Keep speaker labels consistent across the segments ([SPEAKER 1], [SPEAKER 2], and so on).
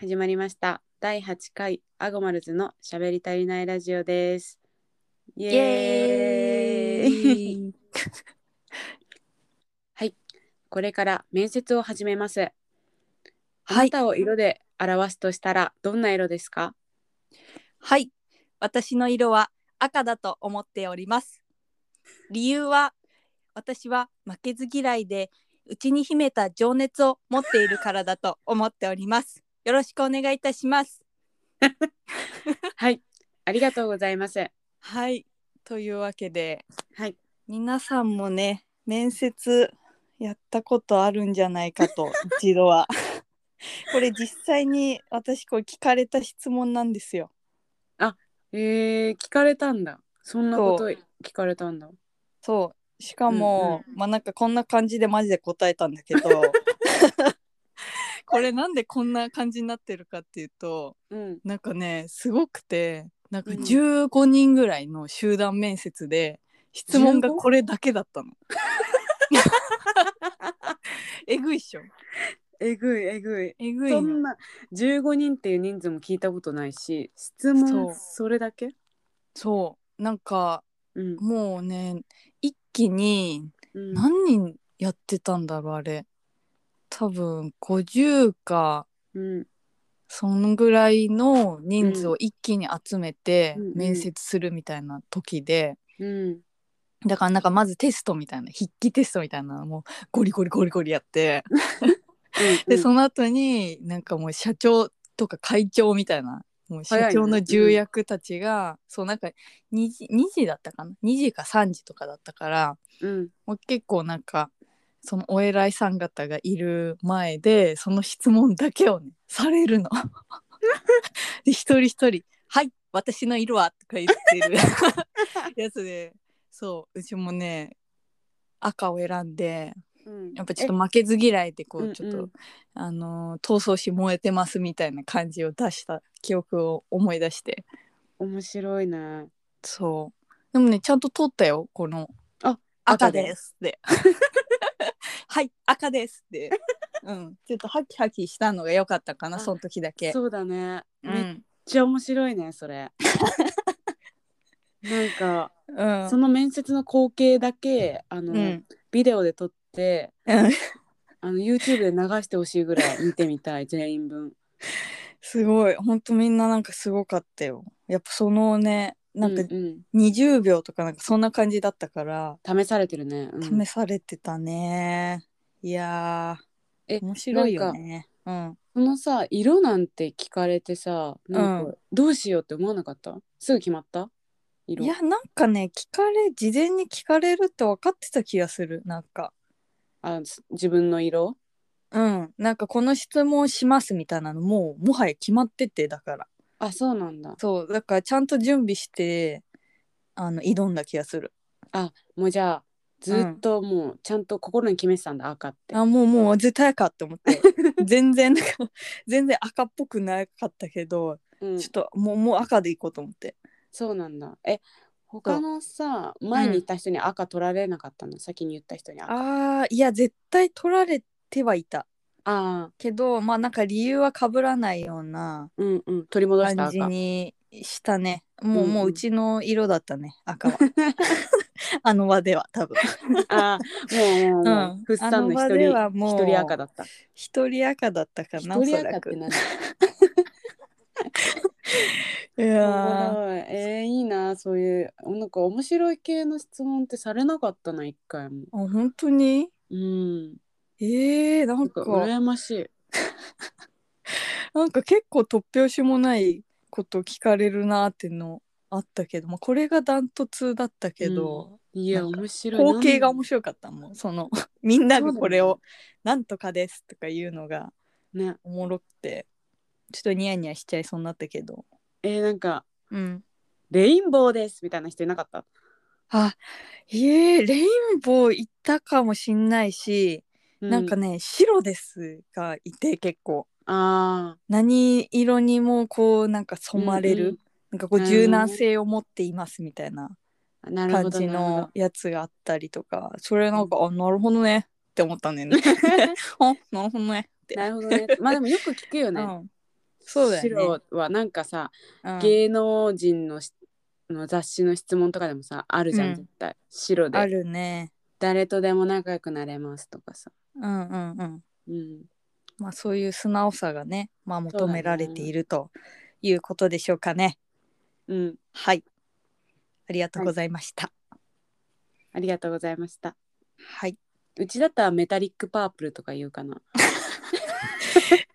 [SPEAKER 1] 始まりました第8回アゴマルズのしゃべり足りないラジオですイエ
[SPEAKER 2] イエ
[SPEAKER 1] ーイ
[SPEAKER 2] ーイ
[SPEAKER 1] これから面接を始めますあ
[SPEAKER 2] は、
[SPEAKER 1] ないたを色で表すとしたらどんな色ですか
[SPEAKER 2] はい、私の色は赤だと思っております。理由は私は負けず嫌いで内に秘めた情熱を持っているからだと思っております。よろしくお願いいたします。
[SPEAKER 1] はいありがとうございます
[SPEAKER 2] はい、というわけで
[SPEAKER 1] はい
[SPEAKER 2] 皆さんもね面接やったことあるんじゃないか と一度は。これ実際に私これ聞かれた質問なんですよ。
[SPEAKER 1] えー、聞かれたんだそんなこと聞かれたんだ
[SPEAKER 2] そうしかも、まあなんかこんな感じでマジで答えたんだ けどこれなんでこんな感じになってるかっていうと
[SPEAKER 1] うん
[SPEAKER 2] なんかねすごくてなんか
[SPEAKER 1] うん
[SPEAKER 2] 15人ぐらいの集団面接で質問が
[SPEAKER 1] 15?
[SPEAKER 2] これだけだったの。 えぐいっしょ
[SPEAKER 1] えぐいえぐい
[SPEAKER 2] えぐ
[SPEAKER 1] そ
[SPEAKER 2] い
[SPEAKER 1] ん
[SPEAKER 2] の
[SPEAKER 1] な15人っていう人数も聞いたことないし質問
[SPEAKER 2] そう
[SPEAKER 1] それだけ
[SPEAKER 2] そうなんか
[SPEAKER 1] うん、
[SPEAKER 2] もうね一気に
[SPEAKER 1] うん、
[SPEAKER 2] 何人やってたんだろうあれ多分50か
[SPEAKER 1] うん
[SPEAKER 2] そんぐらいの人数
[SPEAKER 1] う
[SPEAKER 2] を一気に集めて
[SPEAKER 1] うんうん
[SPEAKER 2] 面接するみたいな時で、
[SPEAKER 1] うん
[SPEAKER 2] だからなんかまずテストみたいな筆記テストみたいなのもゴリゴリゴリゴリやって、でその後になんかもう社長とか会長みたいなもう社長
[SPEAKER 1] 早いねう
[SPEAKER 2] の
[SPEAKER 1] ん
[SPEAKER 2] 重役たちが、そうなんか 2, 時2時だったかな2時か3時とかだったから
[SPEAKER 1] うん
[SPEAKER 2] もう結構なんかそのお偉いさん方がいる前でその質問だけをねされるの。 で一人一人「はい私の色は」とか言って るやつでそううちもね赤を選んで
[SPEAKER 1] うん
[SPEAKER 2] やっぱちょっと負けず嫌いでこ
[SPEAKER 1] うんう
[SPEAKER 2] うんちょっと、あのー闘争し燃えてますみたいな感じを出した記憶を思い出して
[SPEAKER 1] え面白いな
[SPEAKER 2] そうでもねちゃんと通ったよこの
[SPEAKER 1] あ
[SPEAKER 2] 赤
[SPEAKER 1] 赤で
[SPEAKER 2] です」で「 はい赤です」 で、うん、ちょっとハキハキしたのが良かったかな
[SPEAKER 1] あ
[SPEAKER 2] その時だけ。
[SPEAKER 1] そうだね、
[SPEAKER 2] う
[SPEAKER 1] めっ
[SPEAKER 2] ん
[SPEAKER 1] ちゃ面白いねそれ なんか
[SPEAKER 2] うん
[SPEAKER 1] その面接の光景だけあの、
[SPEAKER 2] うん
[SPEAKER 1] ビデオで撮って
[SPEAKER 2] うん
[SPEAKER 1] あの YouTube で流してほしいぐらい見てみたい 全員分
[SPEAKER 2] すごいほんとみんななんかすごかったよやっぱそのねなんか
[SPEAKER 1] ううん
[SPEAKER 2] 20秒とかなんかそんな感じだったから、
[SPEAKER 1] 試されてるね、うん
[SPEAKER 2] 試されてたねいや
[SPEAKER 1] え
[SPEAKER 2] ー面白いよねうん
[SPEAKER 1] そのさ色なんて聞かれてさなん
[SPEAKER 2] う
[SPEAKER 1] かどうしようって思わなかったすぐ決まった色
[SPEAKER 2] いやなんかね聞かれ事前に聞かれるって分かってた気がするなんか
[SPEAKER 1] あす自分の色
[SPEAKER 2] うんなんかこの質問しますみたいなのもうもはや決まっててだから
[SPEAKER 1] あそうなんだ
[SPEAKER 2] そうだからちゃんと準備してあの挑んだ気がする
[SPEAKER 1] もうじゃあずっともうちゃんと心に決めてたんだ赤って、
[SPEAKER 2] あもうもう絶対赤って思って全然なんか全然赤っぽくなかったけど、
[SPEAKER 1] うん
[SPEAKER 2] ちょっともうもう赤でいこうと思って
[SPEAKER 1] そうなんだえ他のさ前にいた人に赤取られなかったの、先に言った人に赤あ
[SPEAKER 2] あーいや絶対取られてはいた
[SPEAKER 1] あ
[SPEAKER 2] けどまあなんか理由は被らないような
[SPEAKER 1] ーうんうん取り戻した
[SPEAKER 2] 感じ
[SPEAKER 1] 赤
[SPEAKER 2] にしたねもう、
[SPEAKER 1] うんうん
[SPEAKER 2] もううちの色だったね赤 はあの場では多分
[SPEAKER 1] あーもうもうもう、
[SPEAKER 2] うん
[SPEAKER 1] ふっさんの一
[SPEAKER 2] あの場で
[SPEAKER 1] 人
[SPEAKER 2] はもう
[SPEAKER 1] 一人赤だった
[SPEAKER 2] 一人赤だったか
[SPEAKER 1] 一
[SPEAKER 2] なお
[SPEAKER 1] 人
[SPEAKER 2] そ
[SPEAKER 1] 赤
[SPEAKER 2] ら
[SPEAKER 1] って
[SPEAKER 2] く
[SPEAKER 1] 何
[SPEAKER 2] い
[SPEAKER 1] お
[SPEAKER 2] やー
[SPEAKER 1] もろいえー、いいなそういうなんか面白い系の質問ってされなかったな一回も
[SPEAKER 2] あ本当に
[SPEAKER 1] うん
[SPEAKER 2] えー、な
[SPEAKER 1] なん
[SPEAKER 2] ん
[SPEAKER 1] か
[SPEAKER 2] か
[SPEAKER 1] 羨ましい
[SPEAKER 2] なんか結構突拍子もないこと聞かれるなーっていうのあったけど、まあ、これがダントツだったけど、
[SPEAKER 1] いや
[SPEAKER 2] なんか
[SPEAKER 1] 面白い
[SPEAKER 2] 光景が
[SPEAKER 1] なん
[SPEAKER 2] 面白かったもんその みんながこれを「なんとかです」とか言うのが
[SPEAKER 1] ね
[SPEAKER 2] おもろくてちょっとニヤニヤしちゃいそうになったけど、
[SPEAKER 1] えー、なんか
[SPEAKER 2] うん、
[SPEAKER 1] レインボーですみたいな人いなかった
[SPEAKER 2] あいえレインボーいったかもしんないし、なんか
[SPEAKER 1] ね、
[SPEAKER 2] ね「白です」がいて結構
[SPEAKER 1] あ
[SPEAKER 2] 何色にもこうなんか
[SPEAKER 1] あ
[SPEAKER 2] 染まれる、、なんかこう
[SPEAKER 1] なるほどね
[SPEAKER 2] 柔軟性を持っていますみたいな
[SPEAKER 1] うんうんなるほ
[SPEAKER 2] 感
[SPEAKER 1] ど
[SPEAKER 2] じ
[SPEAKER 1] なる
[SPEAKER 2] の
[SPEAKER 1] ほ
[SPEAKER 2] やつがあったりとかそれなんか、あなるほどね って思ったんだよね。
[SPEAKER 1] ど
[SPEAKER 2] あなるほどねっ て。
[SPEAKER 1] なるほどねまあでもよく聞くよね、
[SPEAKER 2] うんそうだよね
[SPEAKER 1] 白はなんかさ、
[SPEAKER 2] うん。
[SPEAKER 1] 芸能人のしの雑誌の質問とかでもさあるじゃん、
[SPEAKER 2] うん
[SPEAKER 1] 絶対白
[SPEAKER 2] あ
[SPEAKER 1] で
[SPEAKER 2] るね。
[SPEAKER 1] 誰とでも仲良くなれますとかさ、
[SPEAKER 2] うんうんうん。
[SPEAKER 1] うん、
[SPEAKER 2] まあそういう素直さがね、まあ
[SPEAKER 1] うだ
[SPEAKER 2] 求
[SPEAKER 1] ね
[SPEAKER 2] められているということでしょうかね。
[SPEAKER 1] うん、
[SPEAKER 2] はい。ありがとうございました。
[SPEAKER 1] ありがとうございました
[SPEAKER 2] はい。
[SPEAKER 1] うちだったらメタリックパープルとか言うかな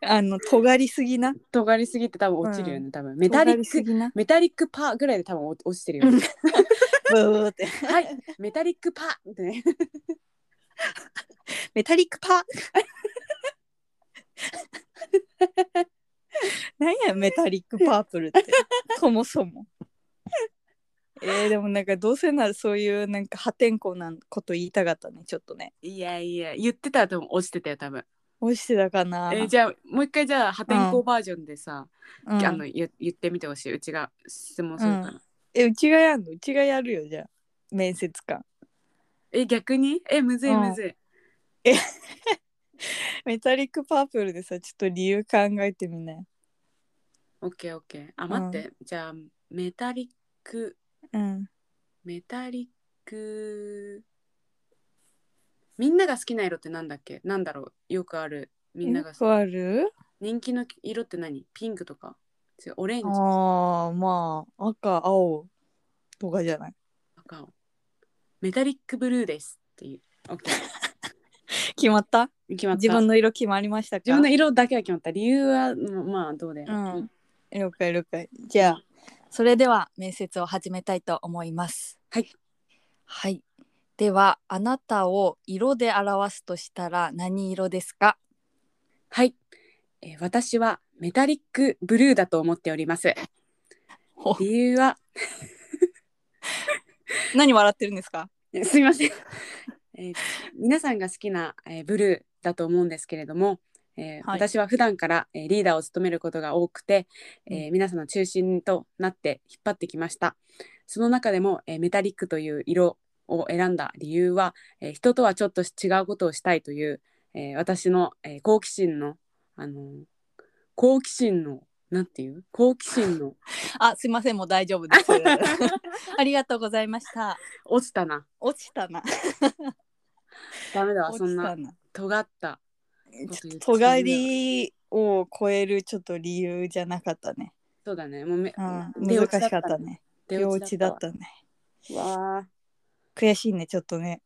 [SPEAKER 2] あの尖りすぎな。
[SPEAKER 1] 尖りすぎて多分落ちるよね、多分メタリ
[SPEAKER 2] 尖
[SPEAKER 1] ッ
[SPEAKER 2] りす
[SPEAKER 1] ク
[SPEAKER 2] ぎな。
[SPEAKER 1] メタリックパーぐらいで多分落落ちてるよね、
[SPEAKER 2] ブーって。
[SPEAKER 1] はいメタリックパーってね
[SPEAKER 2] メタリックパー。 なんやメタリックパープルってそもそも。えー、でもなんかどうせならそういうなんか破天荒なこと言いたかったねちょっとね。
[SPEAKER 1] いやいや言ってたら多分落ちてたよ多分
[SPEAKER 2] 落ちてたかな。
[SPEAKER 1] えーじゃあもう一回じゃあ破天荒バージョンでさ、
[SPEAKER 2] うん
[SPEAKER 1] あの言言ってみてほしいうちが質問するから、
[SPEAKER 2] うえうちがやんのうちがやるよじゃあ面接官。
[SPEAKER 1] え逆にえむずい
[SPEAKER 2] うん
[SPEAKER 1] むずい、
[SPEAKER 2] メタリックパープルでさちょっと理由考えてみなよ。
[SPEAKER 1] オッケーオッケーあ
[SPEAKER 2] ん
[SPEAKER 1] 待って、じゃあメタリック
[SPEAKER 2] うん。
[SPEAKER 1] メタリックみんなが好きな色ってなんだっけなんだろうよくあるみんな
[SPEAKER 2] よ
[SPEAKER 1] が
[SPEAKER 2] くある
[SPEAKER 1] 人気の色って何ピンクとか違うオレンジ
[SPEAKER 2] ああまあ赤青とかじゃない。
[SPEAKER 1] 赤をメタリックブルーですっていうオッケ ー
[SPEAKER 2] 決まった
[SPEAKER 1] 決まった
[SPEAKER 2] 自分の色決まりましたか
[SPEAKER 1] 自分の色だけは決まった理由はうんまあどうだよ、
[SPEAKER 2] うん、了解了解じゃあそれでは面接を始めたいと思います
[SPEAKER 1] はい
[SPEAKER 2] はいではあなたを色で表すとしたら何色ですか
[SPEAKER 1] はい、えー私はメタリックブルーだと思っております
[SPEAKER 2] ほ
[SPEAKER 1] 理由は
[SPEAKER 2] 何笑ってるんですか
[SPEAKER 1] え すみません、えー皆さんが好きな、えーブルーだと思うんですけれども、えー
[SPEAKER 2] はい
[SPEAKER 1] 私は普段から、えーリーダーを務めることが多くて、えー皆さんの中心となって引っ張ってきましたその中でも、えーメタリックという色を選んだ理由は、えー人とはちょっと違うことをしたいという、えー私の、えー好奇心の、あのー好奇心のなんていう好奇心の
[SPEAKER 2] あすいませんもう大丈夫です ありがとうございました
[SPEAKER 1] 落ちたな
[SPEAKER 2] 落ちたな
[SPEAKER 1] ダメだわ
[SPEAKER 2] 落
[SPEAKER 1] そん
[SPEAKER 2] ち
[SPEAKER 1] な
[SPEAKER 2] たな
[SPEAKER 1] 尖った
[SPEAKER 2] ちょっと尖りを超えるちょっと理由じゃなかったね、
[SPEAKER 1] そうだねもうめ、
[SPEAKER 2] うん、
[SPEAKER 1] 出
[SPEAKER 2] 難
[SPEAKER 1] 落
[SPEAKER 2] し
[SPEAKER 1] ちだ
[SPEAKER 2] かったね
[SPEAKER 1] 出
[SPEAKER 2] 幼稚だっ
[SPEAKER 1] わ
[SPEAKER 2] たね
[SPEAKER 1] わあ
[SPEAKER 2] 悔しいねちょっとね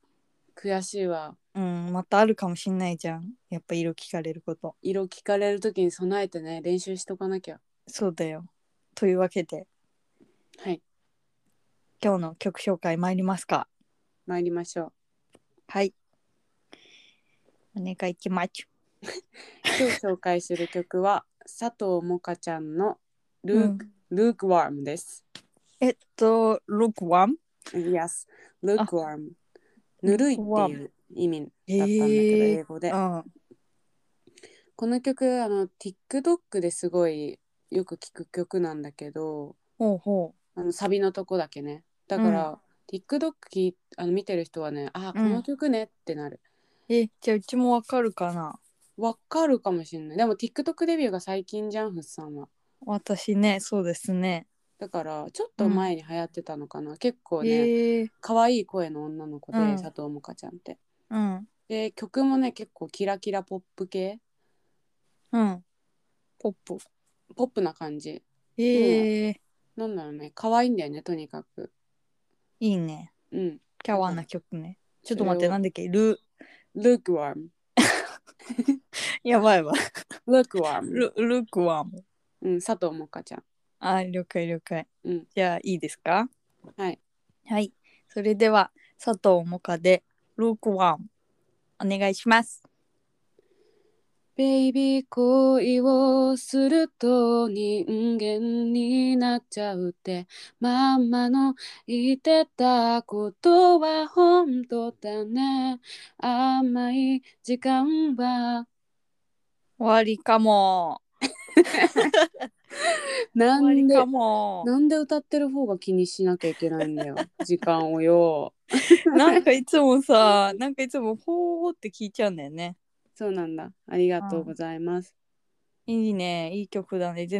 [SPEAKER 1] 悔しいわ
[SPEAKER 2] うんまたあるかもしんないじゃんやっぱ色聞かれること
[SPEAKER 1] 色聞かれる時に備えてね練習しとかなきゃ
[SPEAKER 2] そうだよというわけで
[SPEAKER 1] はい
[SPEAKER 2] 今日の曲紹介参りますか
[SPEAKER 1] 参りましょ う
[SPEAKER 2] はいお願いします
[SPEAKER 1] 今日紹介する曲は佐藤もかちゃんのルーク、ルークワームです
[SPEAKER 2] えっと「ロックワン
[SPEAKER 1] Yes ルークワームぬるいっていう意味だったんだけど、
[SPEAKER 2] へー
[SPEAKER 1] 英語」で
[SPEAKER 2] うん
[SPEAKER 1] この曲あの TikTok ですごいよく聞く曲なんだけど
[SPEAKER 2] ほうほ
[SPEAKER 1] あのサビのとこだけねだから、TikTok 聞いあの見てる人はねあこの曲ねってなる、
[SPEAKER 2] うえじゃあうちもわかるかな
[SPEAKER 1] わかるかもしれない。でも TikTok デビューが最近じゃん、ふっさんは。
[SPEAKER 2] 私ねそうですね
[SPEAKER 1] だからちょっと前に流行ってたのかな。結構ね、
[SPEAKER 2] へえ
[SPEAKER 1] 可愛い声の女の子で、
[SPEAKER 2] うん
[SPEAKER 1] 佐藤もかちゃんって。
[SPEAKER 2] うん
[SPEAKER 1] で、曲もね、結構キラキラポップ系、
[SPEAKER 2] うんポップ
[SPEAKER 1] ポップな感じ。
[SPEAKER 2] へえ、
[SPEAKER 1] なんだろうね、可愛いんだよね、とにかく。
[SPEAKER 2] いいね
[SPEAKER 1] うん。
[SPEAKER 2] キャワーな曲ねちょっと待っ
[SPEAKER 1] そ
[SPEAKER 2] て
[SPEAKER 1] れを
[SPEAKER 2] なんだっけ ル
[SPEAKER 1] Lukewarm。
[SPEAKER 2] やばいわ
[SPEAKER 1] Lukewarm。
[SPEAKER 2] ルルックワン
[SPEAKER 1] うん、佐藤もかちゃん。
[SPEAKER 2] あ、了解了解。
[SPEAKER 1] うん
[SPEAKER 2] じゃあいいですか
[SPEAKER 1] はい。
[SPEAKER 2] はい。それでは佐藤もかでルークワンお願いします。
[SPEAKER 1] ベイビー恋をすると人間になっちゃうってママの言ってたことは本当だね甘い時間は
[SPEAKER 2] 終わりかも。
[SPEAKER 1] な
[SPEAKER 2] 終わ
[SPEAKER 1] ん
[SPEAKER 2] り
[SPEAKER 1] で
[SPEAKER 2] かも。
[SPEAKER 1] なんで歌ってる方が気にしなきゃいけないんだよ時間をよ
[SPEAKER 2] なんかいつもさ、なんかいつもほーって聞いちゃうんだよね。
[SPEAKER 1] そうなんだありがとうございます、
[SPEAKER 2] いいいねいい曲だね全然